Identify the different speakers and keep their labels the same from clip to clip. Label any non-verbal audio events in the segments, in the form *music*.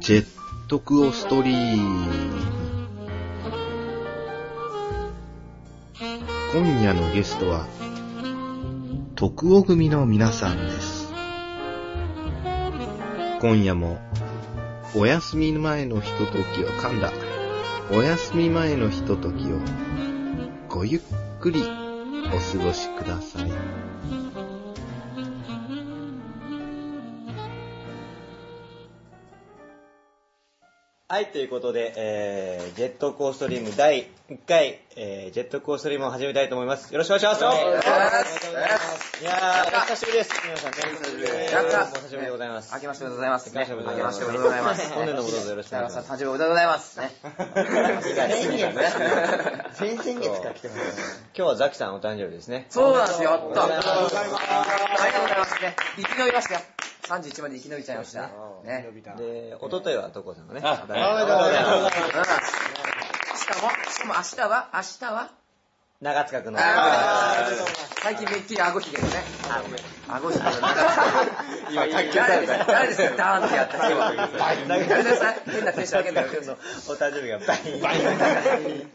Speaker 1: ジェットクオストリーム。今夜のゲストは、徳尾組の皆さんです。今夜も、お休み前のひとときを噛んだ、お休み前のひとときを、ごゆっくりお過ごしください。
Speaker 2: はい、ということで、えー、ジェットコーストリーム第1回、えー、ジェットコーストリームを始めたいと思います。よろしくお願いします。
Speaker 3: よろしくお願いします
Speaker 2: ありがとうございますいやー、お久しぶりです。皆さんね。お久しぶり
Speaker 3: です
Speaker 2: お久しぶりでございます。
Speaker 3: 明けましておめでとうございま
Speaker 2: 明けまし
Speaker 3: す。
Speaker 2: ておめでとうご
Speaker 3: 明けましておめでとうご
Speaker 2: ざいま本年のことを
Speaker 3: ざいますす。
Speaker 2: よろしくお願いします
Speaker 3: 北川さん、誕生日おめでとうございます。ね。
Speaker 4: 先々月から来てますね。
Speaker 2: 今日はザキさんお誕生日ですね。
Speaker 3: そうなんですよ、やった。
Speaker 2: おめでとうございます
Speaker 3: ありがとうございます。ね、生き延びましたよ。31まで生き延びちゃいました。ね。
Speaker 2: で、おとといはトコさんがね。
Speaker 4: あ
Speaker 2: おめ
Speaker 4: おめでとうござい
Speaker 3: うんしかも、しかも明日は、明日は、
Speaker 2: 長塚くんの。
Speaker 3: あー最近めっきり顎ひげのね。顎ひげのね。
Speaker 2: 今卓球さ
Speaker 3: 誰ですか
Speaker 2: れた
Speaker 3: 誰ですかダーンってやった人は。
Speaker 2: 長
Speaker 3: やめなさい。変なテンション上げんなよ
Speaker 2: 塚くんのお誕生日がバイン。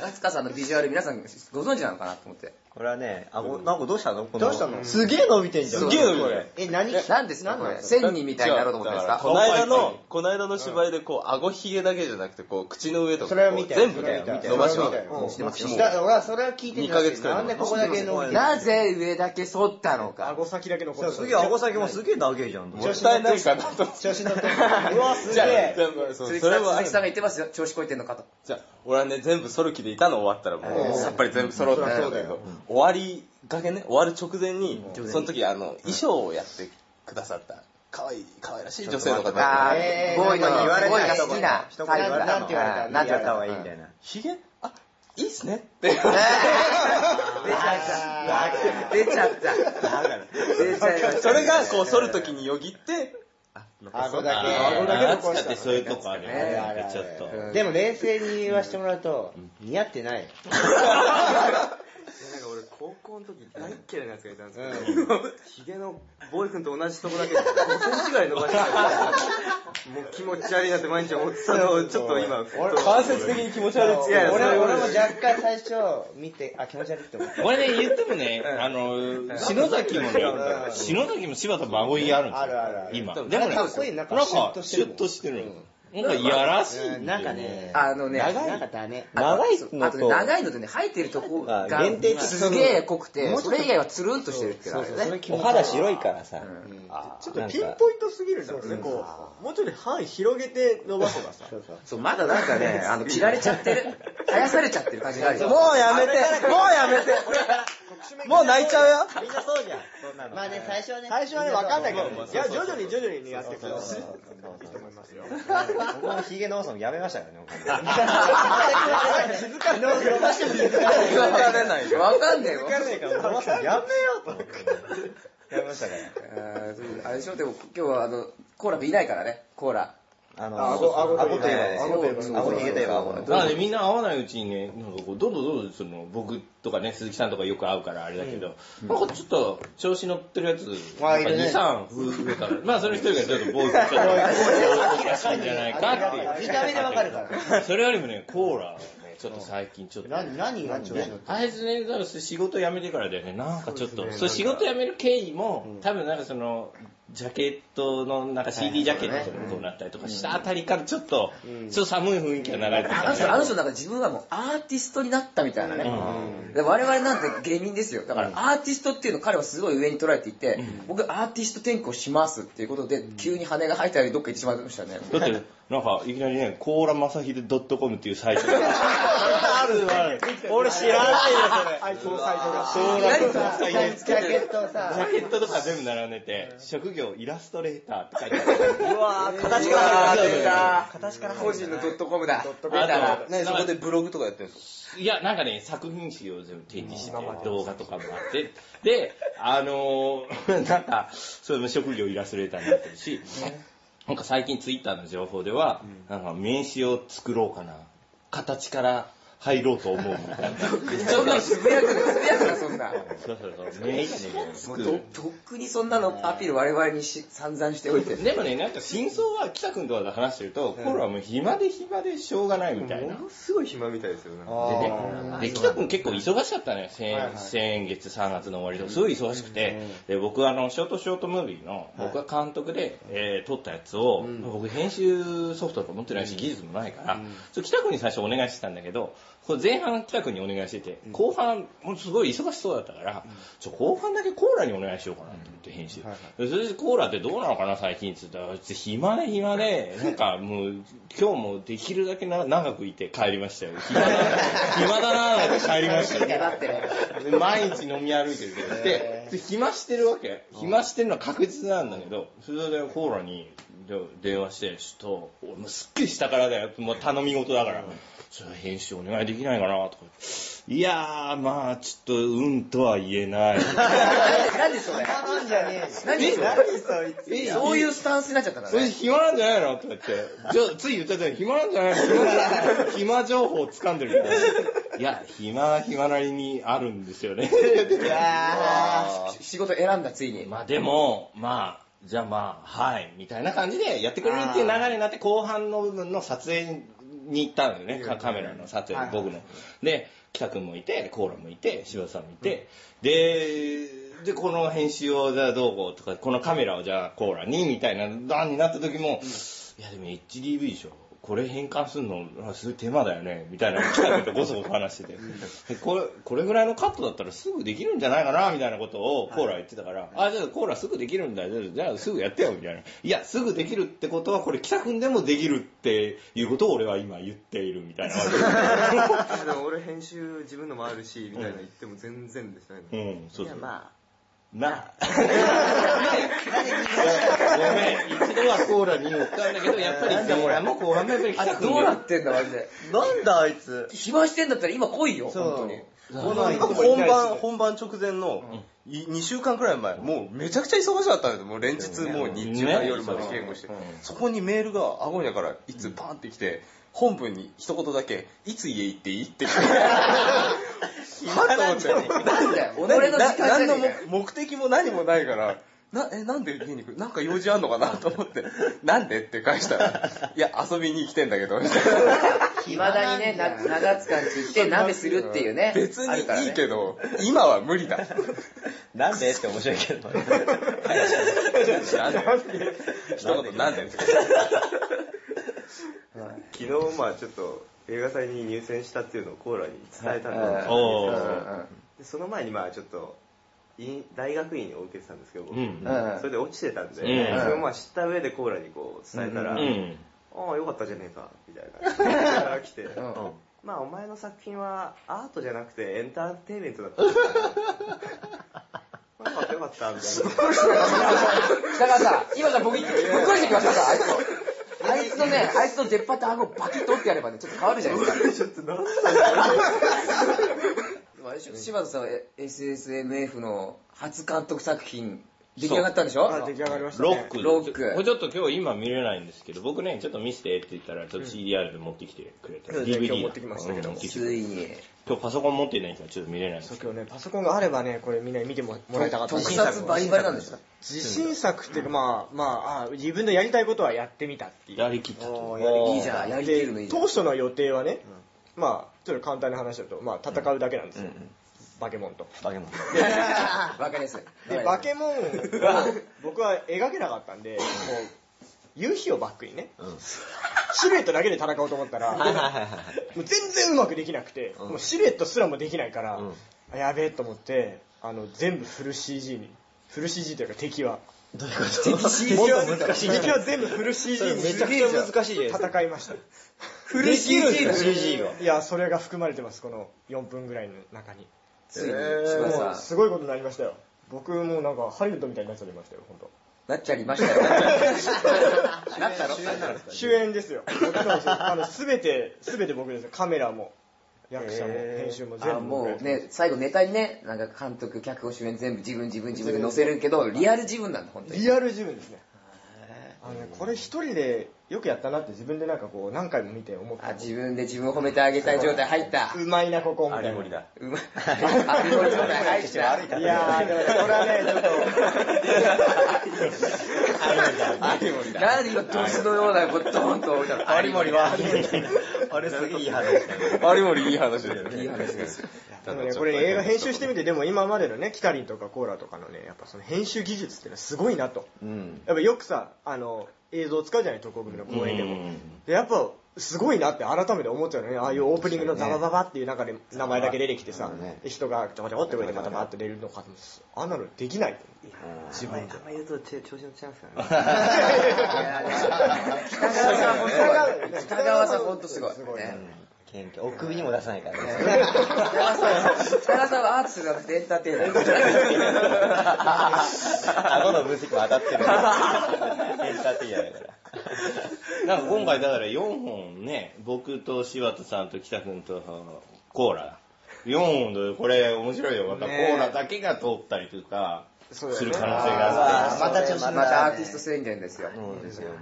Speaker 3: 長塚さんのビジュアル皆さんご存知なのかなと思って。
Speaker 2: これはね、あ、ごなんかどうしたのど
Speaker 4: うしたの
Speaker 2: すげえ伸びてんじゃん。
Speaker 3: すげえ伸びてる
Speaker 2: これ。
Speaker 4: え、何
Speaker 3: 何ですかこれ。千人みたいになろうと思ってるんですか
Speaker 5: この間の、この間の芝居で、こう、顎ひげだけじゃなくて、こう、口の上とか、
Speaker 4: それは見たよ
Speaker 5: 全部だよ
Speaker 4: それは見たよ
Speaker 5: 伸ばし
Speaker 4: そ
Speaker 5: は
Speaker 4: れは見たよ
Speaker 5: もう
Speaker 3: 知ってますよ
Speaker 4: だから俺はそれは聞いてた
Speaker 5: 二ヶ月くらい
Speaker 4: なんでここだけ伸びてる
Speaker 3: なぜ上だけ反ったのか。
Speaker 4: 顎先だけ残って
Speaker 2: すげえ、顎先もすげえ長えじゃん。
Speaker 5: もったいないかなと思って。
Speaker 4: 調子乗ってるうわすげ
Speaker 5: じゃあ
Speaker 4: え
Speaker 5: じゃあそう
Speaker 3: 鈴木
Speaker 5: それ
Speaker 3: さん
Speaker 5: は
Speaker 3: 鈴
Speaker 5: ある
Speaker 3: 木さんが言ってますよ。調子こいてんのかと。
Speaker 5: じゃあ俺はね、全部剃る気でいたの終わったら、もう、さっぱり全部揃ってたんだけど、終わりがけね、終わる直前に、その時、あの、衣装をやってくださった、可愛い、可愛らしい女性の方
Speaker 3: あ
Speaker 5: が、
Speaker 3: ー、
Speaker 4: えー
Speaker 3: ボーイの、
Speaker 4: なんか言われた
Speaker 3: ボーイが好きな
Speaker 4: 一言言われた
Speaker 3: タイ
Speaker 4: なん
Speaker 3: プ
Speaker 4: て言われた
Speaker 3: だなんて言われた
Speaker 2: 方がいいみたいな。
Speaker 5: ひげあ、いい
Speaker 4: *laughs*
Speaker 5: っすねって言われて。
Speaker 3: 出ちゃった。出ちゃった。出ちゃいました。
Speaker 5: それが、こう、剃るときによぎって、
Speaker 4: 顎だけ
Speaker 6: 顎だけ
Speaker 4: あ
Speaker 6: 残したってそういうとこあるよね。
Speaker 3: ね
Speaker 6: やっぱちょっと。
Speaker 4: ーでも冷静に言わせてもらうと似合って
Speaker 7: *laughs*
Speaker 4: ない
Speaker 7: なんか俺、高校の時大っ嫌いなやつがいたんですけど、ヒゲのボーイ君と同じとこだけで5センチぐらい伸ばしてたもう気持ち悪いなって毎日思ってたのを、ちょっと今、ふっと。
Speaker 5: 間接的に気持ち悪いっつって
Speaker 7: いやいや
Speaker 4: 俺
Speaker 7: それは
Speaker 4: 俺も若干最初見てあ気持ち悪いって思った
Speaker 6: 俺ね、言ってもね、あの、篠崎もね
Speaker 4: う、ん
Speaker 6: 篠崎も柴田孫いあるんですよ。
Speaker 4: あるあるある
Speaker 6: 今。
Speaker 4: で
Speaker 6: でも
Speaker 4: も
Speaker 6: ね、
Speaker 4: かっこいいなんか
Speaker 6: なん
Speaker 4: シュッ
Speaker 6: か
Speaker 4: と、して
Speaker 6: シ
Speaker 4: る
Speaker 6: ュ
Speaker 4: もん
Speaker 6: ッとしてる。なんか、やらしいんだよ
Speaker 4: う
Speaker 6: ね。
Speaker 4: んなんかね
Speaker 3: あのね、
Speaker 4: なんかだね
Speaker 3: 長い
Speaker 2: のと
Speaker 3: あとね、長いのでね、生えてるとこが
Speaker 2: あ限定的
Speaker 3: すげえ濃くて、それ以外はつるんとしてるっていうのがあるよね。
Speaker 2: お肌白いからさ。
Speaker 7: ちょっとピンポイントすぎるんだろうね、こう。もうちょっと範囲広げて伸ばせばさ。
Speaker 3: そう、まだなんか *laughs* ね、あの、切られちゃってる、生やされちゃってる感じがあるよ。
Speaker 2: もうやめてもうやめてもう泣いちゃうよみんなそうじゃん。
Speaker 4: まあね最初はね
Speaker 7: 最初はね、わかんないけど、
Speaker 4: まあまあ
Speaker 7: いや、徐々に徐々にやっていくと。
Speaker 2: 僕もヒゲ直すのやめま *laughs* したからね。
Speaker 4: 気づかない伸ばしても気づかない
Speaker 3: わかんないよ。わかんねえよ。
Speaker 2: 直すのやめようと思って。やめましたか
Speaker 3: あーそうあれでしょ、でも今日はあの、コーラいないからね、コーラ。
Speaker 2: ら。あの、
Speaker 4: 顎顎と
Speaker 2: 顎
Speaker 4: 言え
Speaker 2: とい
Speaker 4: ば
Speaker 2: えば
Speaker 4: 顎と言えば
Speaker 2: ね。顎ヒゲといえば顎の。
Speaker 6: なのでみんな会わないうちにね、なんかこう、どんどんどんどんその、僕とかね、鈴木さんとかよく会うからあれだけど、なんかちょっと調子乗ってるやつ、
Speaker 4: まあいるね
Speaker 6: 2、3増
Speaker 4: *laughs*
Speaker 6: えたら、まあその一人がちょっとボーイズちょっと、おかしいんじゃないかっていう。
Speaker 4: 見た目でわかるから *laughs*
Speaker 6: それよりもね、コーラをね、ちょっと最近ちょっと。
Speaker 4: 何何が調子乗って
Speaker 6: あいつね、だから仕事辞めてからだよね、なんかちょっと、そう仕事辞める経緯も、多分なんかその、ジャケットの、なんか CD ジャケットのこうなったりとかしたあたりからちょっと、ちょっと寒い雰囲気が流れて
Speaker 3: あの
Speaker 6: た、
Speaker 3: 人、あの人なんか自分はもうアーティストになったみたいなね。で我々なんて芸人ですよ。だからアーティストっていうのを彼はすごい上に捉えていて、僕アーティスト転向しますっていうことで、急に羽が生えたようにどっか行ってしまいましたね。
Speaker 6: だって、なんか、いきなりね、コーラまさひで .com っていうサイトが。あるある。俺知らないよ、それ。コーラまさひで。
Speaker 4: ジャケットをさ
Speaker 6: ジャケットとか全部並んでて、職業イラストレーターって書いてある。
Speaker 5: *laughs*
Speaker 2: うわー、
Speaker 3: 形
Speaker 2: 形
Speaker 3: か
Speaker 2: からら
Speaker 3: 入
Speaker 2: 入
Speaker 3: る
Speaker 2: る。
Speaker 3: 形から個人のドットコムだ。見た
Speaker 6: あ
Speaker 3: ら
Speaker 6: と、
Speaker 5: ね、そこでブログとかやってるんです
Speaker 6: いや、なんかね、作品集を全部展示してて、動画とかもあって、で、あのー *laughs* なんか、その職業イラストレーターになってるし、なんか最近ツイッターの情報では、なんか名刺を作ろうかな。形から入ろうと思うみたいな。
Speaker 3: そんなのつぶやくな、つぶやくな、そんな。
Speaker 6: そうそうそう。ね
Speaker 3: もうととっくにそんなのアピール我々にし散々しておいて。
Speaker 6: でもね、なんか真相は北君とかで話してると、コロはもう暇で暇でしょうがないみたいな。
Speaker 8: ものすごい暇みたいですよね。
Speaker 6: でね、で北君結構忙しかったね、先先月3月の終わりとか、すごい忙しくて、で僕はあの、ショートショートムービーの、僕は監督で、えー撮ったやつを、僕編集ソフトとか持ってないし、技術もないから、それ北君に最初お願いしてたんだけど、これ前半北君にお願いしてて、後半、もうすごい忙しそうだったから、ちょ後半だけコーラにお願いしようかなと思って編集。でそれでコーラってどうなのかな、最近って言ったら、暇で暇で、なんかもう、今日もできるだけな長くいて帰りましたよ。暇だな、暇だな、って帰りま *laughs* したよ。
Speaker 3: 粘ってね。
Speaker 6: で毎日飲み歩いてるけど、で、で暇してるわけ。暇してるのは確実なんだけど、それでコーラにで電話して、ちょっと、俺もうすっきりしたからだよ、もう頼み事だから、それ編集お願いできないかな、とか言っていやー、まあ、ちょっと、うんとは言え
Speaker 3: *laughs*
Speaker 6: ない。
Speaker 3: 何それ
Speaker 2: 頼んじゃねえよ。
Speaker 3: 何それ
Speaker 2: 何そいつ。
Speaker 6: え
Speaker 3: そういうスタンスになっちゃったんだ
Speaker 6: それ
Speaker 3: ね。
Speaker 6: 暇なんじゃないのとか言って。じゃあ、つい言っちゃったよ。暇なんじゃない
Speaker 3: *laughs*
Speaker 6: の暇暇情報を掴んでるみたいな。いや、暇は暇なりにあるんです
Speaker 3: *laughs*
Speaker 6: よね。
Speaker 2: いや
Speaker 3: し仕事選んだ、ついに。
Speaker 6: まあでも、まあ、じゃあまあ、はい、みたいな感じでやってくれるっていう流れになって、後半の部分の撮影に行ったのよね、カカメラの撮影、僕の。で、北くんもいて、コーラもいて、柴田さんもいて、で、で、この編集をじゃあどうこうとか、このカメラをじゃあコーラに、みたいな段になった時も、いやでも HDV でしょ。これ変換するの、あすごい手間だよね、みたいな、北くんとごそごそ話してて、でこれ、これぐらいのカットだったらすぐできるんじゃないかな、みたいなことをコーラは言ってたから、あ、じゃあコーラすぐできるんだ、じゃあじゃあすぐやってよ、みたいな。いや、すぐできるってことは、これ北くんでもできるっていうことを俺は今言っている、みたいな。
Speaker 8: でも俺編集自分のもあるし、みたいな言っても全然ですね。
Speaker 6: うん、そうそう。
Speaker 8: ま
Speaker 6: なあ。ごめん、一度はコーラに言ったんだけど、やっぱり前半も後半もやっぱり
Speaker 3: あ
Speaker 6: 北くん
Speaker 3: どうなってんだ、マジで。
Speaker 2: なんだあいつ。
Speaker 3: 暇してんだったら今来いよ、本当に。
Speaker 2: 来ないとこい
Speaker 5: 本
Speaker 2: ない
Speaker 5: 番、本番直前の、い2週間くらい前、もうめちゃくちゃ忙しかったんですよ。もう連日、もう日中から夜まで稽古して。そこにメールが、アゴニャからいつパーンって来て、本文に一言だけ、いつ家行っていいって来 *laughs* て。はっと思って。
Speaker 3: なんだよ、己の
Speaker 5: 何
Speaker 3: 時間じゃね
Speaker 5: 何の
Speaker 3: えかよ
Speaker 5: 目目的も何もないから、な、え、なんで家に来るなんか用事あんのかなと思って、 *laughs* なんでって返したら、いや、遊びに来てん
Speaker 3: *laughs*
Speaker 5: だけど、みたい
Speaker 3: 暇だにね、な長塚んち行って鍋するっていうね
Speaker 5: な。。別
Speaker 3: あるから
Speaker 5: にいい
Speaker 3: ね
Speaker 5: けど、今は無理だ。
Speaker 9: なんでって面白いけ
Speaker 8: *laughs*
Speaker 9: ど。
Speaker 5: なんで一言なんで
Speaker 8: 昨日、まあちょっと映画祭に入選したっていうのをコーラに伝えたんですけど
Speaker 6: おー
Speaker 8: でその前にまあちょっと、い大学院を受けてたんですけど、僕
Speaker 6: うん
Speaker 3: うん
Speaker 8: それで落ちてたんで、
Speaker 6: うん
Speaker 8: それをまあ知った上でコーラにこう伝えたら、
Speaker 6: うん。
Speaker 8: ああ、よかったじゃねえか、みたいな。から来て、
Speaker 3: ん
Speaker 8: まあお前の作品はアートじゃなくてエンターテインメントだったから。よかったよかった、みたいな。
Speaker 3: だからさ、今さ、僕、ぶっ壊してきましたから、あいつを。あいつのね、あいつの出っ張った顎をバキッと折ってやればね、ちょっと変わるじゃないです
Speaker 8: ち
Speaker 3: か。
Speaker 8: ょっとなんだ
Speaker 3: あれでしょ柴田さんはえ SSMF の初監督作品、出来上がったんでしょ
Speaker 8: 出来上がりました
Speaker 6: ロ
Speaker 8: ね。
Speaker 6: ック。
Speaker 3: ロック
Speaker 6: これちょっと今日今見れないんですけど、僕ね、ちょっと見せてって言ったら、ちょっと CDR で持ってきてくれた。
Speaker 2: うん
Speaker 6: DVD
Speaker 2: 今日持ってきましたけど
Speaker 6: うん持ってきてく
Speaker 3: つ
Speaker 6: れ
Speaker 3: い
Speaker 6: た
Speaker 3: に。
Speaker 6: 今日パソコン持ってないからちょっと見れないんです
Speaker 2: そう
Speaker 6: けど。
Speaker 2: 今日ね、パソコンがあればね、これみんなに見てもらいたかった。
Speaker 3: 特撮バリバリなんでしょ
Speaker 2: 自信作っていうか、まあ、まあ、あ自分のやりたいことはやってみたっていう。
Speaker 6: やりきったと。
Speaker 3: いいじゃん、やりきるのいい
Speaker 2: で
Speaker 3: じゃ
Speaker 2: 当
Speaker 3: ん。
Speaker 2: 初の予定はね、まあ、ちょっと簡単な話だと、まあ、戦うだけなんですよ。バケモンと。
Speaker 3: わかりやすい。
Speaker 2: で、バケ
Speaker 3: *laughs*
Speaker 2: モンを僕は描けなかったんで、もう、夕日をバックにね、シルエットだけで戦おうと思ったら、もう全然うまくできなくて、もうシルエットすらもできないから、あやべえと思って、あの、全部フル CG に、フル CG というか敵は。敵は敵は全部フル CG に
Speaker 3: めちゃくちゃ
Speaker 2: 難しい戦いました。
Speaker 3: フル CG の CG が。
Speaker 2: いや、それが含まれてます、この4分ぐらいの中に。
Speaker 3: ついに、柴
Speaker 2: も
Speaker 3: 田
Speaker 2: う
Speaker 3: さん、
Speaker 2: すごいことになりましたよ。僕もなんかハリウッドみたいになっちゃいましたよ、本当。
Speaker 3: なっちゃいましたよ。なったろ
Speaker 2: 主演ですよ。僕の主演あの、すべて、すべて僕ですよ。カメラも、役者も、編集も全
Speaker 3: あ
Speaker 2: 部僕がや
Speaker 3: も
Speaker 2: って
Speaker 3: う
Speaker 2: ます。
Speaker 3: ね、最後ネタにね、なんか監督、脚本、主演全部自分、自分、自分で載せるけど、リアル自分なんだ、本当に。
Speaker 2: リアル自分ですね。あのね、これ一人で
Speaker 4: よくやったなって自分でなんかこう、何回も見て思った
Speaker 3: あ、。自分で自分を褒めてあげたい状態入った。
Speaker 4: うまいな、ここ、み
Speaker 5: あ
Speaker 4: た
Speaker 5: り
Speaker 4: い
Speaker 5: も
Speaker 4: な。
Speaker 5: りだ。
Speaker 3: うまい。あ、うまい状態入った。
Speaker 4: いやー、だからそれはね、ちょっ
Speaker 3: ありもりだ。なんで今、ドスのような、こう、ドーンと置いたの。ありもりは。
Speaker 2: あれすげえいい話だね。
Speaker 5: ありもりいい話ですよね。いい話です *laughs*
Speaker 4: と、でもね、これ映画編集してみて、でも今までのね、キタリンとかコーラとかのね、やっぱその編集技術ってのはすごいなと。
Speaker 5: うん。
Speaker 4: やっぱよくさ、あの、映像を使うじゃない、特攻組の公演で
Speaker 6: う
Speaker 4: も
Speaker 6: ん。
Speaker 4: で、やっぱ、すごいなって改めて思っちゃうよね。ああいうオープニングのザバババっていう中で名前だけ出てきてさ、で人がちょこちょこって動いてまたバーって出るのかと思ってあんなのできない。自分で。
Speaker 7: あんま言うと調子乗っちゃいますからね。
Speaker 3: 北川さんもすごい。北川さんほんとすごい。ね
Speaker 2: 謙虚。お首にも出さないからね。
Speaker 3: 北川さん北川さんはアーティストじゃなくてエンターテイナー。
Speaker 2: 顎の分析も当たってる。エンターテイナーだから。
Speaker 6: なんか今回だから4本ね、僕と柴田さんと北君とコーラ。4本でこれ面白いよ。またコ
Speaker 4: ねえ
Speaker 6: ーラだけが通ったりとかす
Speaker 4: そうだよね
Speaker 6: る可能性があって。
Speaker 2: また調子乗る
Speaker 3: またアーティスト宣言ですよ。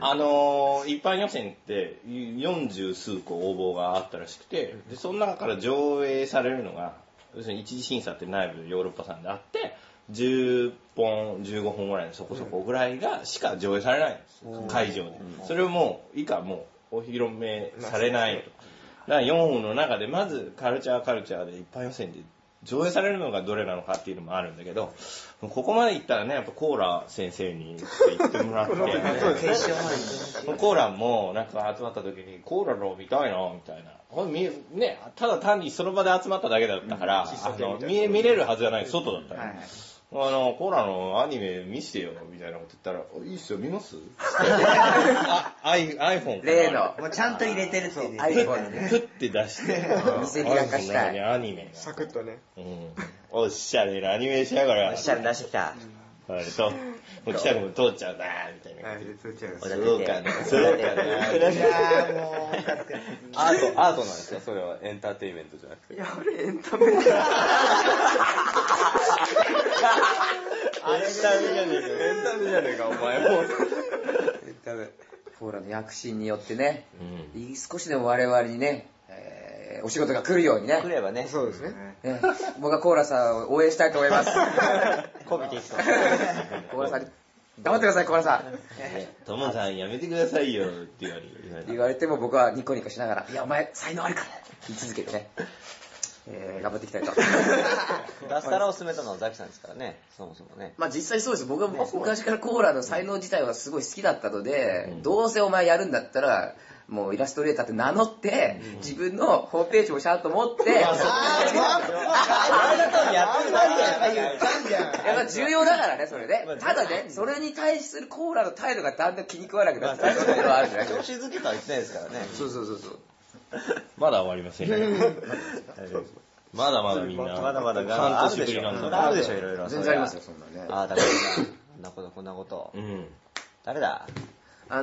Speaker 6: あのー一般予選って40数個応募があったらしくて、で、その中から上映されるのが、要するに一次審査って内部ヨーロッパさんであって、10本、15本ぐらいのそこそこぐらいが、しか上映されないんですよ会場で。それをもう、以下もう、お披露目されないと。だから4本の中で、まずカルチャーカルチャーで一般予選で上映されるのがどれなのかっていうのもあるんだけど、ここまで行ったらね、やっぱコーラ先生に言ってもらって、コーラもなんか集まった時にコーラの見たいなみたいなほんみね、ただ単にその場で集まっただけだったから、あの見見れるはずじゃない外だったから、あのコーラのアニメ見せてよみたいなこと言ったら「いいっすよ見 *laughs* ます?あ」アイ iPhone から
Speaker 3: 例の
Speaker 10: もうちゃんと入れてるっていうね。
Speaker 3: iPhone で。
Speaker 6: ふって出して
Speaker 3: 見せびらかしたい
Speaker 6: iPhone の中にアニメが
Speaker 4: サクッとね。
Speaker 6: うんおしゃれなアニメしながら、
Speaker 2: お
Speaker 6: あれ
Speaker 2: っしゃる出してきた。
Speaker 6: と、もう北君通っちゃうなみたいな。
Speaker 2: おだ
Speaker 6: そうか
Speaker 2: て
Speaker 6: な、そうかな。
Speaker 2: いやーもう、ムカつく。
Speaker 5: アート、アートなんですかそれはエンターテインメントじゃなくて。
Speaker 7: やべえ、エンタメ
Speaker 2: あれじゃねえ
Speaker 5: エンタメじゃねえか、お前も。エンタメ。
Speaker 3: コーラの躍進によってね、
Speaker 6: うん
Speaker 3: 少しでも我々にね、えーお仕事が来るようにね
Speaker 2: 来、ればね、
Speaker 4: そうですね。
Speaker 3: ね僕はコーラさんを応援したいと思い
Speaker 2: *laughs*
Speaker 3: ます。
Speaker 2: こびていくと。
Speaker 3: *laughs* コーラさんに、頑張ってください、コーラさん。って
Speaker 6: ともさんやめてくださいよって言われる。
Speaker 3: 言われても僕はニコニコしながら、いや、お前才能あるから、言い続けてね、えー頑張っていきたいと。
Speaker 2: 脱サラを進めたのはザキさんですからね、そもそもね。
Speaker 3: まあ実際そうです。僕は昔からコーラの才能自体はすごい好きだったので、どうせお前やるんだったら、もうイラストレーターって名乗って、自分のホームページもちゃんと持って、
Speaker 2: あれだとやってるわけやっぱ
Speaker 3: やっぱ重要だからね、それね。ただね、それに対するコーラの態度がだんだん気に食わなくなってきたところはあるじゃない
Speaker 2: り。調子づけとは言ってないですからね。
Speaker 3: そうそうそうそう。
Speaker 6: まだ終わりませんよ。まだまだみんな。
Speaker 2: まだまだ
Speaker 6: 半
Speaker 2: ある
Speaker 6: 年
Speaker 2: で
Speaker 6: ぶ
Speaker 2: し
Speaker 6: り
Speaker 2: ょ。
Speaker 6: なん
Speaker 2: あ
Speaker 6: だ。
Speaker 2: るでしょ、いろいろ。
Speaker 3: 全然ありますよ、そんなね。
Speaker 2: ああ、だからこんなこと、こんなこと
Speaker 6: う。ん。
Speaker 2: 誰だ
Speaker 3: あ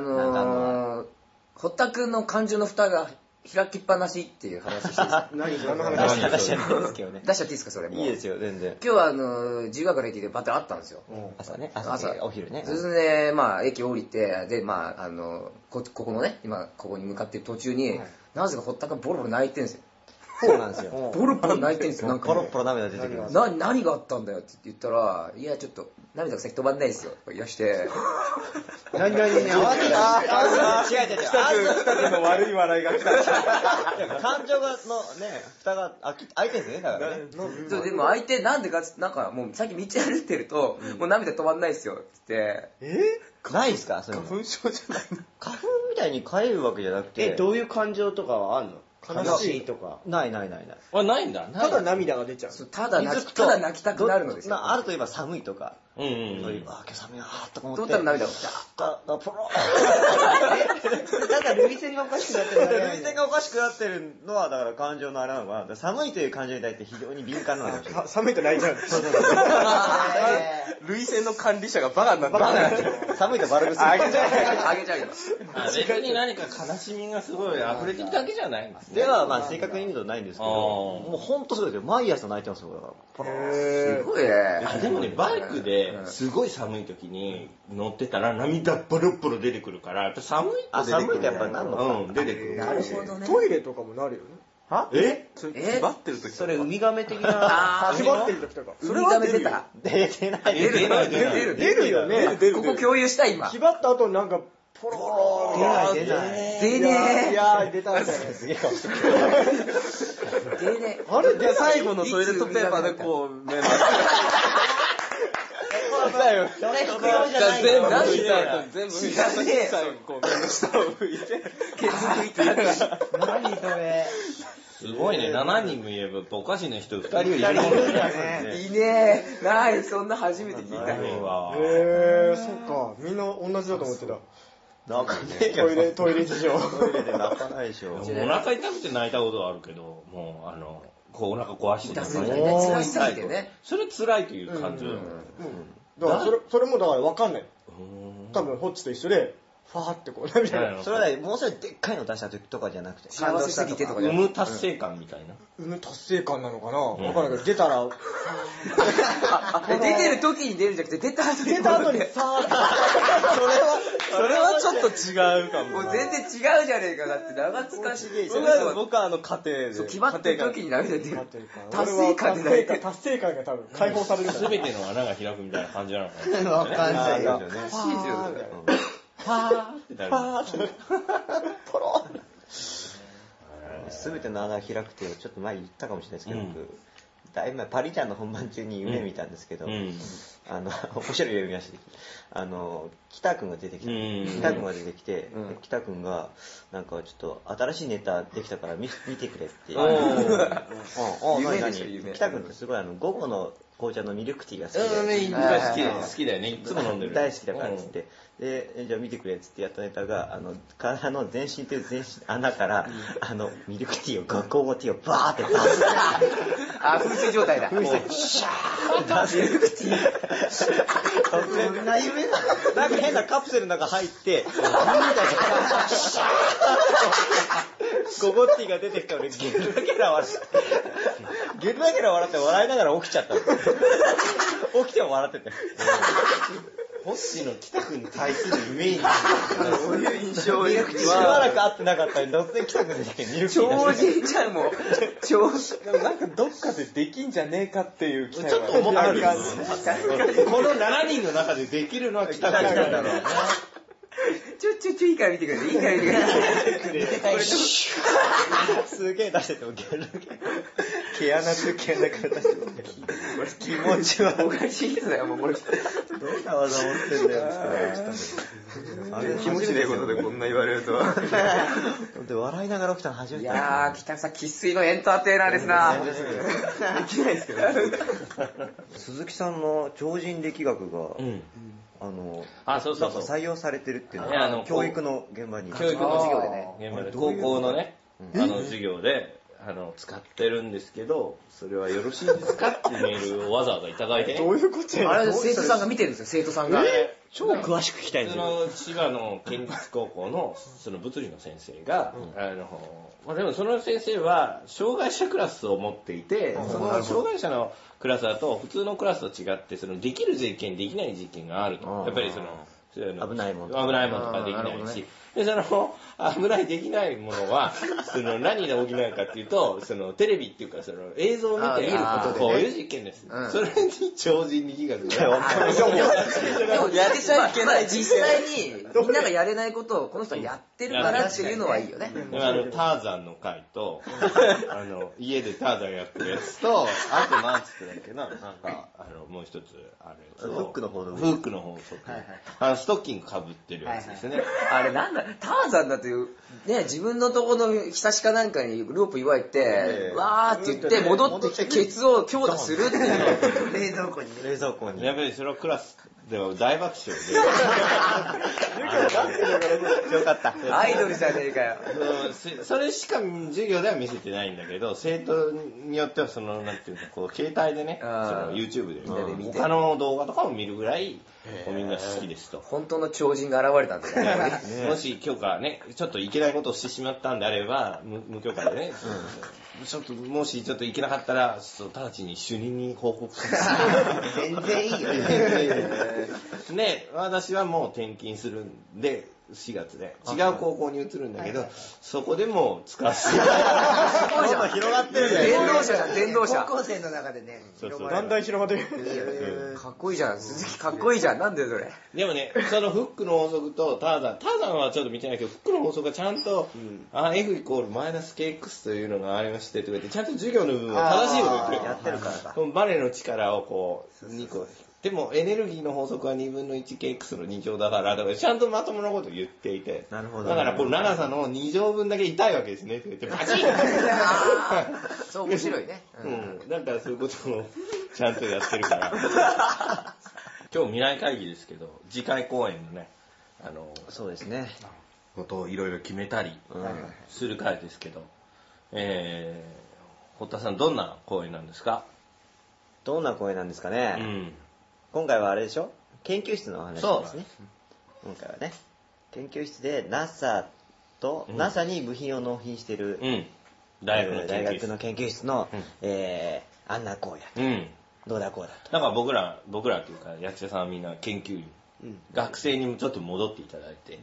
Speaker 2: なんかあ
Speaker 3: のー、堀田くんの感情の蓋が開きっぱなしっていう話していいですか
Speaker 4: 何何の話
Speaker 2: 話話し合ってるんですけどね。
Speaker 3: 出しちゃっていいですか、それもう。
Speaker 2: いいですよ、全然。
Speaker 3: 今日はあのー、自由学の駅でバターあったんですよ。
Speaker 2: 朝ね、朝、お昼ね
Speaker 3: そ。れで、まあ、駅降りて、で、まあ、あの、こ、ここのね、今、ここに向かってる途中に、なぜか堀田君ボロボロ泣いてんですよ。
Speaker 2: そうなん
Speaker 3: *laughs*
Speaker 2: ですよ。
Speaker 3: ボロボロ泣いてんですよ、なんか
Speaker 2: ポロ
Speaker 3: も
Speaker 2: ポロ涙出てきま
Speaker 3: う。
Speaker 2: す。
Speaker 3: な、何があったんだよって言ったら、いや、ちょっと、涙が先止まんないですよ、とか言い出して、
Speaker 4: 何々に合わせた。
Speaker 2: ああ、違う違う違う。
Speaker 5: 二つの悪い笑いが来た。
Speaker 2: 感情が、のね、蓋が開き開いてるんですよね、だからね。
Speaker 3: そうでも相手、なんでかっつなんかもう、さっき道歩いてると、もう涙止まんないですよ、って言って、
Speaker 2: ないですかそういうの。花粉症じゃない花粉みたいに変えるわけじゃなくて。
Speaker 4: え、どういう感情とかはあんの悲しいとか。
Speaker 2: ないないないない。
Speaker 6: あ、ないんだ。な
Speaker 4: た
Speaker 6: い
Speaker 4: だ涙が出ちゃう。
Speaker 3: そうただ泣き、ただ泣きたくなるのですよ。
Speaker 2: まあ、あるといえば寒いとか。
Speaker 6: うんうん
Speaker 2: そう
Speaker 6: う。
Speaker 2: いうんあー、今日寒いなーとか思って。
Speaker 3: どうったら涙が、ダー
Speaker 2: だだポロ *laughs* ただ涙腺がおかしくなってる。涙腺がおかしくなってるのは、だから感情のあれなのかな。だから寒いという感情に対して非常に敏感なのかもしれない。
Speaker 4: か寒いと泣いちゃう。
Speaker 3: *laughs*
Speaker 5: 類腺の管理者がバカになった。
Speaker 2: 寒いとバルブス。あげちゃ
Speaker 3: あげちゃうよ。
Speaker 6: あ別に何か悲しみがすごい溢れてるだけじゃないんですね。
Speaker 2: では、まあ、正確に言うとないんですけど、
Speaker 6: あー
Speaker 2: もうほんとそうですよ。毎朝泣いてますよ、だから。
Speaker 3: すごいね。
Speaker 6: あでもね、バイクで、で、すごい寒い時に乗ってたら涙ボロボロ出てくるから、やっぱ寒いと出てくる。
Speaker 2: あ寒いとやっぱなんのか
Speaker 6: うん、出てくる。
Speaker 3: なるほどね。
Speaker 4: トイレとかもなるよね。
Speaker 6: え
Speaker 3: え
Speaker 5: 縛ってる時
Speaker 2: それ、ウミガメ的
Speaker 3: あ
Speaker 2: な。
Speaker 3: ー
Speaker 4: 縛ってる時とか。
Speaker 3: それは出た
Speaker 2: 出てない。
Speaker 3: 出る
Speaker 6: ない
Speaker 3: 出る
Speaker 4: 出るよね。
Speaker 3: ここ共有したい今。
Speaker 4: 縛った後になんか、ポロ
Speaker 2: 出ない、出ない。
Speaker 3: 出
Speaker 4: ーいやーい
Speaker 3: ね
Speaker 4: やー、出たみたいな。
Speaker 3: え。出ねえ。
Speaker 4: あれ、出
Speaker 5: 最後のトイレットペーパーでこう、目ま
Speaker 2: それ必要じゃない
Speaker 5: 全部
Speaker 2: よ。
Speaker 5: 拭いた後に全部拭いた後に最後こう目の下を拭いて
Speaker 2: 何それ。
Speaker 6: すごいね、7人もいれば、おかしな人2人はいるもん
Speaker 2: いるよ
Speaker 6: ね。
Speaker 3: *laughs* いねえ。ない、そんな初めて聞いた。
Speaker 4: へー、そっか。みんな同じだと思ってた。
Speaker 2: なんかね、
Speaker 4: トイレ、トイレ事情。
Speaker 2: トイレで泣かないでしょ。
Speaker 6: お腹痛くて泣いたことはあるけど、もう、あの、こうお腹壊し
Speaker 3: 出
Speaker 6: て泣
Speaker 3: せ
Speaker 6: く
Speaker 3: ない
Speaker 6: の
Speaker 3: ね。辛すぎてね。
Speaker 6: それ辛いという感じだよね。
Speaker 4: だからそれ、それもだから分かんない。多分、ホッチと一緒で、ファーってこう、涙
Speaker 6: は
Speaker 4: が
Speaker 6: い。
Speaker 2: それはね、もうそれでっかいの出した時とかじゃなくて。
Speaker 3: 幸せすぎてとかじゃ
Speaker 6: 産
Speaker 3: な
Speaker 6: む達成感みたいな。
Speaker 4: 産む達成感なのかな分かんないけど、出たら、
Speaker 3: く *laughs* て。出てる時に出るんじゃなくて、出た後に。
Speaker 4: 出た後にファーって。
Speaker 5: それはちょっと違うか
Speaker 3: も
Speaker 5: も
Speaker 3: う
Speaker 5: な
Speaker 3: 全然違うじゃねえか。だって長塚茂じゃ
Speaker 5: 僕
Speaker 3: ん。
Speaker 5: は僕はあの家庭で
Speaker 3: そう決まってる時に涙出る。達
Speaker 4: 俺
Speaker 3: 成
Speaker 4: は
Speaker 3: 感
Speaker 4: 達
Speaker 3: で
Speaker 4: 成
Speaker 3: 泣いて
Speaker 4: 感、
Speaker 3: る。
Speaker 4: 達成感が多分解放されるんだ
Speaker 6: すべての穴が開くみたいな感じなのかな。
Speaker 2: わかんないよ。すべての穴が開くて、ちょっと前言ったかもしれないですけど、
Speaker 6: うん
Speaker 2: 僕、だいぶ前、パリちゃんの本番中に夢見たんですけど、
Speaker 6: うん。
Speaker 2: あの、面白い夢見ました。あの、北くんが出てきた。
Speaker 6: うん
Speaker 2: 北くんが出てきて、北くんが、なんかちょっと新しいネタできたから見見てくれって。うんうんうん
Speaker 3: 夢で
Speaker 2: 何
Speaker 3: しょ夢
Speaker 2: 々北くんってすごいあの、午後の紅茶のミルクティーが好きで。
Speaker 6: うん、メインが好きだよ好きだよね。いつも飲んでる。
Speaker 2: 大好きだからっつって、でえじゃあ見てくれっつってやったネタがあの体の全身という全身穴から、あのミルクティーをガコゴティーをバーって出す
Speaker 3: あ、風水状態だ。
Speaker 2: ミルクティーそんな夢だなんか変なカプセルの中入 *laughs* ってみたいなゴゴティーが出てきた俺ゲルだけら笑って *laughs* ゲルだけら笑って笑いながら起きちゃったの *laughs* 起きても笑ってて
Speaker 6: ホッシーの北くんに対するイメージ。
Speaker 5: そういう印象
Speaker 2: ミルクティーしばらく会ってなかったのに突然来たくてミルクティー
Speaker 3: 超
Speaker 2: 出して
Speaker 3: 人ちゃんも、超
Speaker 5: でもなんかどっかでできんじゃねえかっていう期待
Speaker 6: ちょっと思ったけど、この7人の中でできるのは北くんなんだろうな。
Speaker 3: ちょ、ちょ、ちょ、いいから見てくれて、いいから見てくれて。
Speaker 2: すげえ出しててもゲルだけ毛穴と毛穴から出しても気持ち悪い
Speaker 3: おかしい人だよ、もうこれ。
Speaker 2: どんな技持ってんだよあれ
Speaker 7: 気持ちでいいことでこんな言われるとは。
Speaker 2: *laughs* で笑いながら起きたの初め
Speaker 3: い
Speaker 2: て
Speaker 3: やー、北さん、生粋のエンターテイナーですな。できないですけど。
Speaker 2: 鈴木さんの超人力学が、
Speaker 6: うん。
Speaker 2: あの
Speaker 6: あ、そうそうそう。
Speaker 2: 採用されてるっていうの
Speaker 6: ねあ
Speaker 2: は
Speaker 6: の
Speaker 2: 教育の現場に
Speaker 6: 教育の授業でね、現場で高校のね、あの授業で、あの、使ってるんですけど、それはよろしいですかってメールをわざわざいただいて、ね、
Speaker 4: どういうことやねん
Speaker 3: あれ、生徒さんが見てるんですよ、生徒さんが。
Speaker 2: 超詳しく聞きたいんで
Speaker 6: そ
Speaker 2: すよ
Speaker 6: の千葉の県立高校のその物理の先生が、あのまあ、でもその先生は障害者クラスを持っていて、その障害者のクラスだと普通のクラスと違ってそのできる実験できない実験があると、
Speaker 2: うん
Speaker 6: やっぱりそのそううの
Speaker 2: 危ないもん
Speaker 6: 危ないもんとかできない
Speaker 3: あーなるほど
Speaker 6: し
Speaker 3: ね、
Speaker 6: でその危ないできないものはその何で補うかっていうとそのテレビっていうかその映像を見
Speaker 3: あー
Speaker 6: て
Speaker 3: 見ることでね
Speaker 6: こういう実験です、
Speaker 3: うん
Speaker 6: それに超人力学が
Speaker 3: でも、やってちゃいけない。実際に、みんながやれないことを、この人はやってるからっていうのはいいよね。
Speaker 6: でもあの、ターザンの回と、あの、家でターザンやってるやつと、あとなんつってたっけな、なんか、あの、もう一つ、あれ、
Speaker 2: フックの法則
Speaker 6: フックの法則。あの、ストッキング被ってるやつですね。
Speaker 3: あれなんだ、ターザンだという、ね、自分のとこのひさしかなんかにロープ祝いて、わーって言って、戻ってきて、ケツを強打するっていう。冷蔵庫に
Speaker 2: 冷蔵庫に
Speaker 6: やっぱりそれはクラスでは大爆笑で、
Speaker 2: よかった
Speaker 3: アイドルじゃねえかよ。
Speaker 6: うんせそれしか授業では見せてないんだけど、生徒によってはその、なんていうの、こう、携帯でね、そ
Speaker 3: あー
Speaker 6: の YouTube で
Speaker 3: みんなで見
Speaker 6: 見
Speaker 3: て
Speaker 6: て、他の動画とかも見るぐらい、みんな好きですと。
Speaker 3: 本当の超人が現れたんだよ *laughs* ね。
Speaker 6: もし許可ね、ちょっといけないことをしてしまったんであれば、無無許可でね、ちょっと、もしちょっといけなかったら、ちょっと直ちに主任に報告します。
Speaker 2: *laughs* 全然いいよ。
Speaker 6: で、私はもう転勤するんで、4月で。違う高校に移るんだけど、そこでもう使
Speaker 2: *laughs*
Speaker 6: わせて。
Speaker 2: どんどん広がってるね。
Speaker 3: 電動車じゃん、電動車。
Speaker 10: 高校生の中でね、
Speaker 6: そうそう
Speaker 4: だんだん広がってる。
Speaker 3: かっこいいじゃん、鈴木かっこいいじゃん、なんでそれ。
Speaker 6: でもね、そのフックの法則とターザン、ターザンはちょっと見てないけど、フックの法則がちゃんと、あ F イコールマイナス KX というのがありまして、とか言って、ちゃんと授業の部分を正しいこと言ってる。
Speaker 2: やってるからか。
Speaker 6: このバネの力をこう、2個。でも、エネルギーの法則は2分の 1kx の2乗だから、だからちゃんとまともなこと言っていて。
Speaker 2: なるほどね
Speaker 6: だから、この長さの2乗分だけ痛いわけですね、って言って、バチン
Speaker 3: そう、面白いね。
Speaker 6: うん。なんかそういうことをちゃんとやってるから。
Speaker 2: *laughs*
Speaker 6: 今日未来会議ですけど、次回公演のね、あの、
Speaker 2: そうですね。
Speaker 6: ことをいろいろ決めたりする会ですけど、えー、堀田さんどんな公演なんですか
Speaker 2: どんな声なんですか
Speaker 6: う
Speaker 2: ね、
Speaker 6: ん。
Speaker 2: 今回はあれでしょ研究室のお話
Speaker 6: そう
Speaker 2: ですね。今回はね。研究室で NASA と、
Speaker 6: うん
Speaker 2: NASA に部品を納品してる、
Speaker 6: うん。大学
Speaker 2: え
Speaker 6: の
Speaker 2: ー大
Speaker 6: 研究
Speaker 2: 学
Speaker 6: 室。
Speaker 2: の研究室の、
Speaker 6: うん
Speaker 2: えー、あんなこうや、
Speaker 6: うん。
Speaker 2: どうだこうだと。
Speaker 6: なんか僕ら、僕らっていうか、役者さんはみんな研究員、学生にもちょっと戻っていただいて、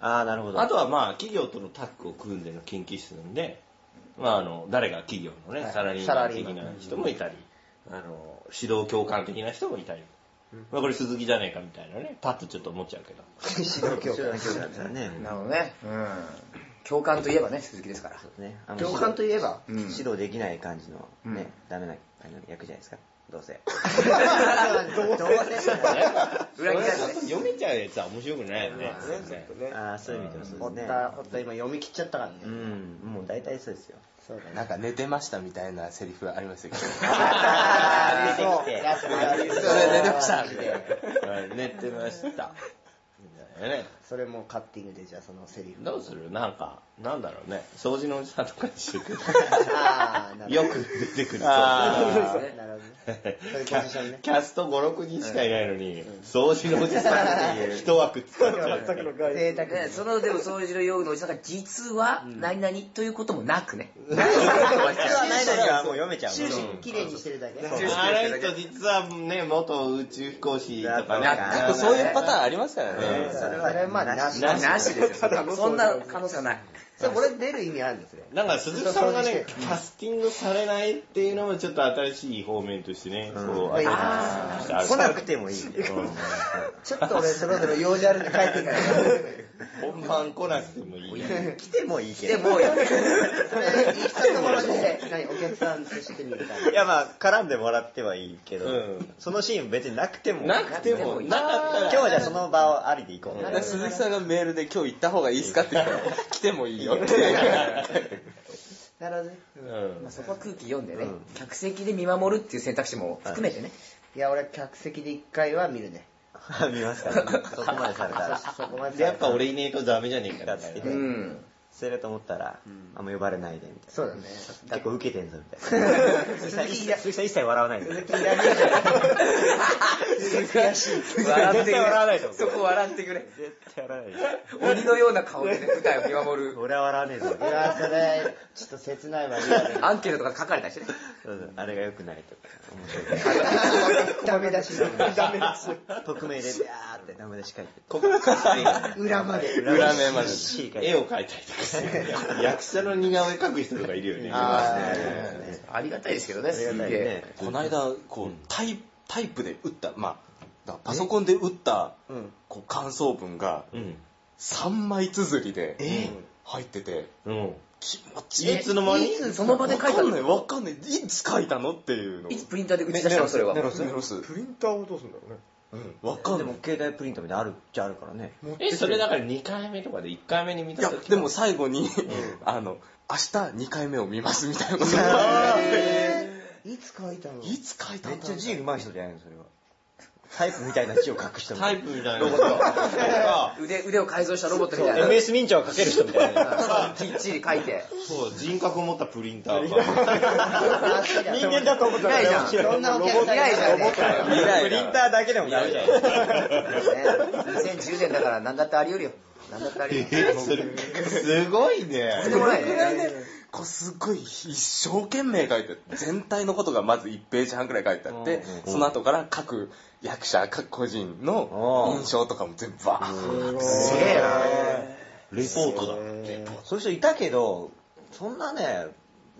Speaker 2: ああ、なるほど。
Speaker 6: あとはまあ、企業とのタッグを組んでの研究室なんで、まあ、あの、誰が企業のね、サラリーマン的な人もいたり、あの、指導教官的な人もいたり、まあ、これ鈴木じゃねえかみたいなね、パッとちょっと思っちゃうけど。
Speaker 2: 指導教官。指導教官だね。
Speaker 3: なるほどね。うん。教官といえばね、鈴木ですから。
Speaker 2: ね、あの
Speaker 10: 教官といえば、
Speaker 2: 指導指導できない感じの、ね、
Speaker 10: うん
Speaker 2: ダメなあの役じゃないですか。どうせ。
Speaker 3: 裏切られて
Speaker 6: ちょっ
Speaker 3: ね
Speaker 6: と読めちゃうやつは面白くないよね。
Speaker 2: ああ、そういう意味ではそう
Speaker 10: おっ
Speaker 2: ですね。
Speaker 10: た、おった今読み切っちゃったからね。
Speaker 2: うん、もう大体そうですよ。
Speaker 10: そうだね。
Speaker 5: なんか寝てましたみたいなセリフありましたけど。
Speaker 2: あー出てきて
Speaker 5: それ寝てました
Speaker 6: はい寝てました。みたいなね。
Speaker 10: それもカッティングで、じゃあそのセリフ。
Speaker 6: どうするなんか、なんだろうね。掃除のおじさんとかにしてくる。
Speaker 10: あー、なる
Speaker 6: よ
Speaker 10: ほ
Speaker 6: く出てくる。
Speaker 10: どね。なるほどね。そういうポジションね。
Speaker 6: キャスト5、6人しかいないのに、掃除のおじさんっ
Speaker 2: *laughs*
Speaker 6: ていう一枠使っちゃう。
Speaker 10: 贅沢
Speaker 3: ね、そのでも掃除の用具のおじさんが実は何々ということもなくね。 *laughs*
Speaker 2: 実はないのにはもう読めちゃう。
Speaker 10: 終始綺麗にしてるだけ。
Speaker 6: あの人実はね、元宇宙飛行士とかね。
Speaker 5: 結構そういうパターンありますからね。
Speaker 10: それはまあなし。
Speaker 3: なしですよ。そんな可能性はない。
Speaker 10: それこれ出る意味あるんですね。
Speaker 6: なんか鈴木さんがね、キャスティングされないっていうのもちょっと新しい方面としてね、そう、あり
Speaker 10: あ
Speaker 6: ある
Speaker 2: 来なくてもいいんで。
Speaker 10: ちょっと俺そろそろ用事あるんで帰ってから。
Speaker 6: 本番来なくてもいい。
Speaker 2: 来てもいいけ
Speaker 3: で
Speaker 2: ど。
Speaker 3: もうやる。
Speaker 10: それ行ったところで、何、お客さんとしてみたい
Speaker 2: いやまあ、絡んでもらってはいいけど、
Speaker 6: うん
Speaker 2: そのシーン別になくても。
Speaker 6: なくても、なかったら
Speaker 2: 今日、はじゃあその場をありで行こう。
Speaker 5: で鈴木さんがメールで今日行った方がいいですかって言ったら、来てもいいよって。
Speaker 10: な。なるほどね。
Speaker 6: うん
Speaker 3: まあそこは空気読んでね、客席で見守るっていう選択肢も含めてね。
Speaker 10: いや、俺客席で一回は見るね。
Speaker 5: *laughs*
Speaker 2: 見ますからね。そこまでされたら。
Speaker 10: そこまで。
Speaker 6: でやっぱ俺いねえとダメじゃねえかみたいな
Speaker 2: う
Speaker 3: うんん。
Speaker 2: 捨てると思ったら、あんま呼ばれないで、みたい
Speaker 10: そうだね。
Speaker 2: な。結構受けてんぞ、み
Speaker 10: *laughs*
Speaker 2: たいな。鈴木さん一切笑わないんで。
Speaker 3: 笑ってくれ。そこ笑ってくれ。
Speaker 2: 絶対笑わない
Speaker 3: 鬼のような顔でね舞台を見守る。
Speaker 2: 俺は笑わねえぞ。
Speaker 10: いや、それ、ちょっと切ないわ、リアルに
Speaker 3: アンケートとか書かれたりしてね。
Speaker 2: そうそうあれが良くないとか。
Speaker 10: ダメ出しだね。ダメ出し。
Speaker 2: 匿名で、ビャーってダメ出し書いて。
Speaker 6: ここから
Speaker 10: 裏まで。
Speaker 2: 裏
Speaker 5: 面まで
Speaker 2: びっしり書い
Speaker 6: 絵
Speaker 2: て。
Speaker 6: を描いたりとかして、役者の似顔絵描く人とかいるよね。
Speaker 3: ありがたいですけどね、すげえ。
Speaker 2: ね
Speaker 5: この間、こう、タイタイプで打った、まあ、だからパソコンで打った、こう、感想文が、
Speaker 6: うん。
Speaker 5: 3枚綴りで、入ってて、
Speaker 6: うん。
Speaker 5: 気持ちいい。
Speaker 6: いつの間に
Speaker 3: その場で書い
Speaker 5: わか
Speaker 3: た
Speaker 5: んな
Speaker 3: の
Speaker 5: い、わかんない。いつ書いたのっていうのを
Speaker 3: いつプリンターで打ち出したの、それは。
Speaker 5: メロス。
Speaker 4: プリンターをどうすんだろうね。
Speaker 5: わかん
Speaker 2: で
Speaker 5: ない
Speaker 2: も。携帯プリントみたいなのあるっちゃあるからね。
Speaker 6: え、それだから2回目とかで1回目に見
Speaker 5: い
Speaker 6: た
Speaker 5: や
Speaker 6: 時、
Speaker 5: でも最後に、あの、明日2回目を見ますみたいなことがあって
Speaker 10: いつ書いたの
Speaker 5: *laughs* いつ書いたん
Speaker 2: め
Speaker 5: だ
Speaker 2: っ
Speaker 5: ろう
Speaker 2: ちゃ字上手い人じゃないの、それは。タイプみたいな字を書く人みた
Speaker 6: タ
Speaker 2: い
Speaker 6: イプみたいな。
Speaker 3: 腕腕を改造したロボットみた
Speaker 2: な。
Speaker 3: いな
Speaker 2: MS 民調を書ける人みたいな。
Speaker 3: きっちり書いて
Speaker 6: そう、人格を持ったプリンターが。
Speaker 4: 人間だと思った
Speaker 3: ないじゃん
Speaker 10: そんなお客さんいないじゃんね。
Speaker 2: プリンターだけでもダメじゃん。
Speaker 3: ね2010年だから何だってあり得るよ何だってあり得る
Speaker 6: えそれすごいね。
Speaker 3: とんでもないね
Speaker 5: こうすっごい一生懸命書いて全体のことがまず1ページ半くらい書いてあって、その後から各役者各個人の印象とかも全部バーッ
Speaker 3: すげえな
Speaker 6: レポートだ。
Speaker 2: そういう人いたけど、そんなね、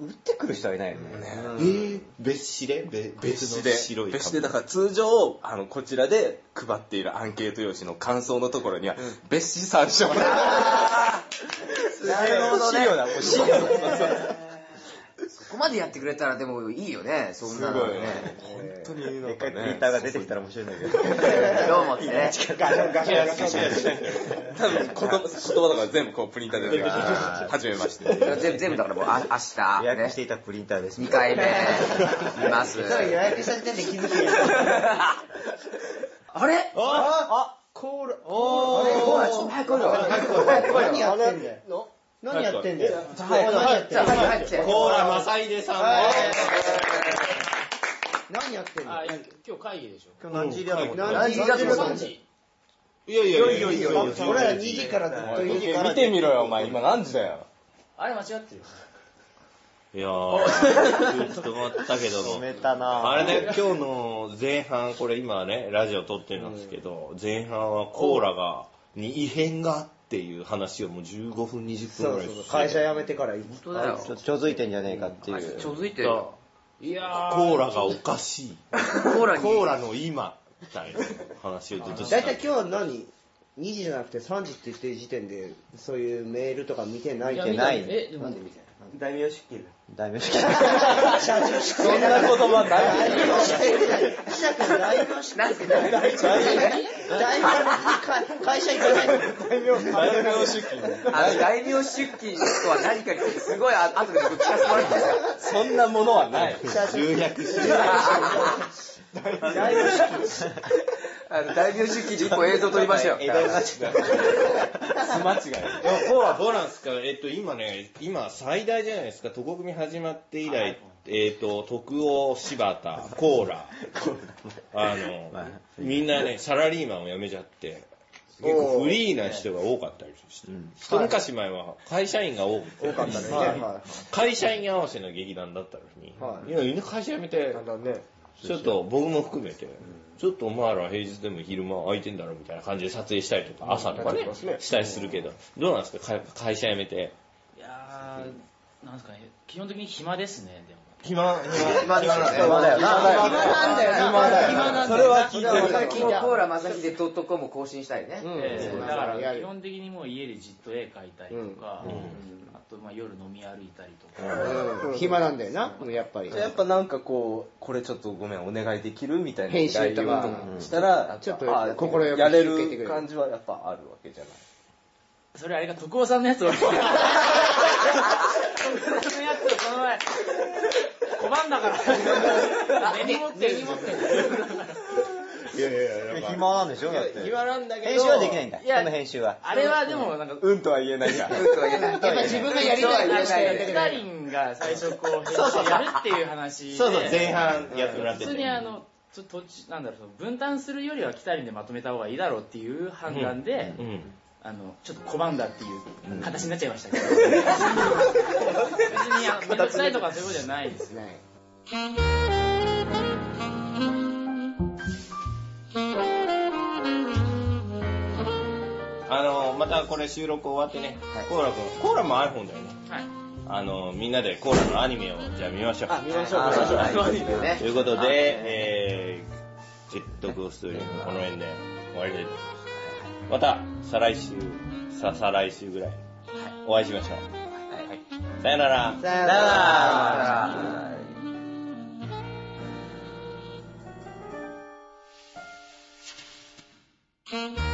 Speaker 2: 打ってくる人はいないよね。
Speaker 6: えー、別紙でべ
Speaker 5: 別
Speaker 6: 別
Speaker 5: 紙
Speaker 6: の
Speaker 5: で
Speaker 6: 白い
Speaker 5: 別紙でだから通常あのこちらで配っているアンケート用紙の感想のところには別紙参
Speaker 2: *laughs*
Speaker 5: 照
Speaker 3: なるほどね
Speaker 2: だ、もう資料だ。
Speaker 3: ここまでやってくれたらでもいいよねそんなのね
Speaker 5: 本当に
Speaker 2: でっかいプリンターが出てきたら面白いんだけど。
Speaker 3: どうもってね
Speaker 5: 多分言葉言葉とか全部こうプリンターで出てくる
Speaker 2: *laughs*
Speaker 5: 初めまして
Speaker 3: 全全部だからもうあ
Speaker 2: 予
Speaker 3: 明日
Speaker 2: 約して
Speaker 3: ね
Speaker 2: いたプリンターです。
Speaker 3: 2回目います
Speaker 10: それ予約した時点で気づくよ。
Speaker 3: あれ
Speaker 2: あコーラ、お
Speaker 10: あれ
Speaker 3: ほらちょっと早く来い
Speaker 10: 何やっ
Speaker 3: よ
Speaker 10: てんだよ。何やってんだよ。何やってん
Speaker 3: じゃ
Speaker 10: だよ。
Speaker 3: あ早く入って
Speaker 6: コーラマサイデさんの。
Speaker 10: 何やってんだよ。
Speaker 11: 今日会議でしょ
Speaker 2: 今日何時入りだと思った
Speaker 10: 何時だと思った
Speaker 11: 3時
Speaker 6: いやいやいやいやいや。
Speaker 10: 俺ら2時からずっと2時から。
Speaker 5: 見てみろよお前今何時だよ
Speaker 11: あれ間違ってる
Speaker 6: いやー、ずっと待ったけど
Speaker 2: *laughs*
Speaker 6: も。
Speaker 2: 止めたなぁ
Speaker 6: あれね、今日の前半、これ今ね、ラジオ撮ってるんですけど、前半はコーラが、に異変がっていう話をもう15分、20分ぐらいして
Speaker 4: 会社辞めてから行
Speaker 3: 本当だよ
Speaker 2: ちょっとちょづいてんじゃねえかっていう。
Speaker 3: ちょづいてるよ
Speaker 11: いやー
Speaker 6: コーラがおかしい。
Speaker 3: コーラに
Speaker 6: コーラの今、みたいな話をずっとして
Speaker 10: だい
Speaker 6: た
Speaker 10: たい今日何 ?2 時じゃなくて3時って言ってる時点で、そういうメールとか見てない
Speaker 11: い
Speaker 10: っ
Speaker 11: や
Speaker 10: て
Speaker 11: 見
Speaker 10: な
Speaker 11: た
Speaker 10: い。
Speaker 11: えでも
Speaker 10: 大名式る。
Speaker 2: 大名式。
Speaker 5: そんな言葉ない
Speaker 10: 大名式る。記者君大名式
Speaker 3: なんて言うんだよ
Speaker 10: 大名式会社行かない。
Speaker 5: 大名出勤
Speaker 3: あの大名出勤とは何かについてすごいあ後で僕聞かせてもらっていいですか
Speaker 5: そんなものはない
Speaker 6: 重役して
Speaker 3: あの大名出勤で一個映像撮りましたよ
Speaker 5: つま違い
Speaker 6: いやコーラ、どうなんですかえっと、今ね、今最大じゃないですか、徳組始まって以来、えっと、徳尾、柴田、コーラ、あの、みんなね、サラリーマンを辞めちゃって、結構フリーな人が多かったりして、一昔前は会社員が多くて、会社員合わせの劇団だったのに、今みんな会社辞めて、ちょっと僕も含めて、ちょっとお前ら平日でも昼間空いてんだろみたいな感じで撮影したりとか、朝とかね、したりするけど、どうなんですかか会社辞めて。
Speaker 11: いやーなんですかね基本的に暇ですねでも
Speaker 6: 暇、
Speaker 3: 今ですよね今だよな
Speaker 10: 暇なんだよな。
Speaker 11: 暇なんで
Speaker 5: それは聞いてる
Speaker 3: コーラまさひで .com を更新したいね
Speaker 11: え
Speaker 10: うん
Speaker 11: ーだから基本的にもう家でじっと絵描いたりとか、あとまあ夜飲み歩いたりとか、
Speaker 10: うん暇なんだよな、やっぱり。
Speaker 5: やっぱなんかこう、これちょっとごめん、お願いできるみたいな。
Speaker 10: 編集とか
Speaker 5: うんしたら、
Speaker 10: ちょっと
Speaker 5: やぱあ
Speaker 10: 心よく
Speaker 5: やれ
Speaker 10: 引き受けてくれ
Speaker 5: る
Speaker 10: る
Speaker 5: 感じはやっぱあるわけじゃない。
Speaker 11: それあれが徳尾さんのやつ俺徳尾さんのやつをこの前拒んだから根に持ってる根に持って
Speaker 2: 暇なんでしょだって。
Speaker 11: 暇なんだけど
Speaker 2: 編集はできないんだ。
Speaker 11: いや
Speaker 2: この編集は。
Speaker 11: あれはでもなんか
Speaker 5: うんとは言えないか。
Speaker 10: やっぱ自分がやりたい話やりた
Speaker 11: ヒ
Speaker 10: く
Speaker 11: カ
Speaker 10: ない
Speaker 11: リンが最初こう編集やるっていう話で
Speaker 6: そうそう、前半やってもらって
Speaker 11: 普通にあのちょっと途中なんだろうその分担するよりはキタリンでまとめた方がいいだろうっていう判断で、
Speaker 6: うん。
Speaker 11: あのちょっと拒んだっていう形になっちゃい
Speaker 6: *laughs*
Speaker 11: ましたけど、別にあの面倒くさいとかそういうことじゃないですよ
Speaker 6: あの、またこれ収録終わってね、コーラ君、コーラも iPhone だよね。
Speaker 11: はい
Speaker 6: あの、みんなでコーラのアニメをじゃあ見ましょう。
Speaker 10: 見ましょう。
Speaker 6: ということで、えー、ジェットコーストリームこの辺で終わりたいと思います。また、再来週、さ、再来週ぐらい、お会いしましょう。はい。さよなら。
Speaker 10: さよなら。
Speaker 12: Thank you.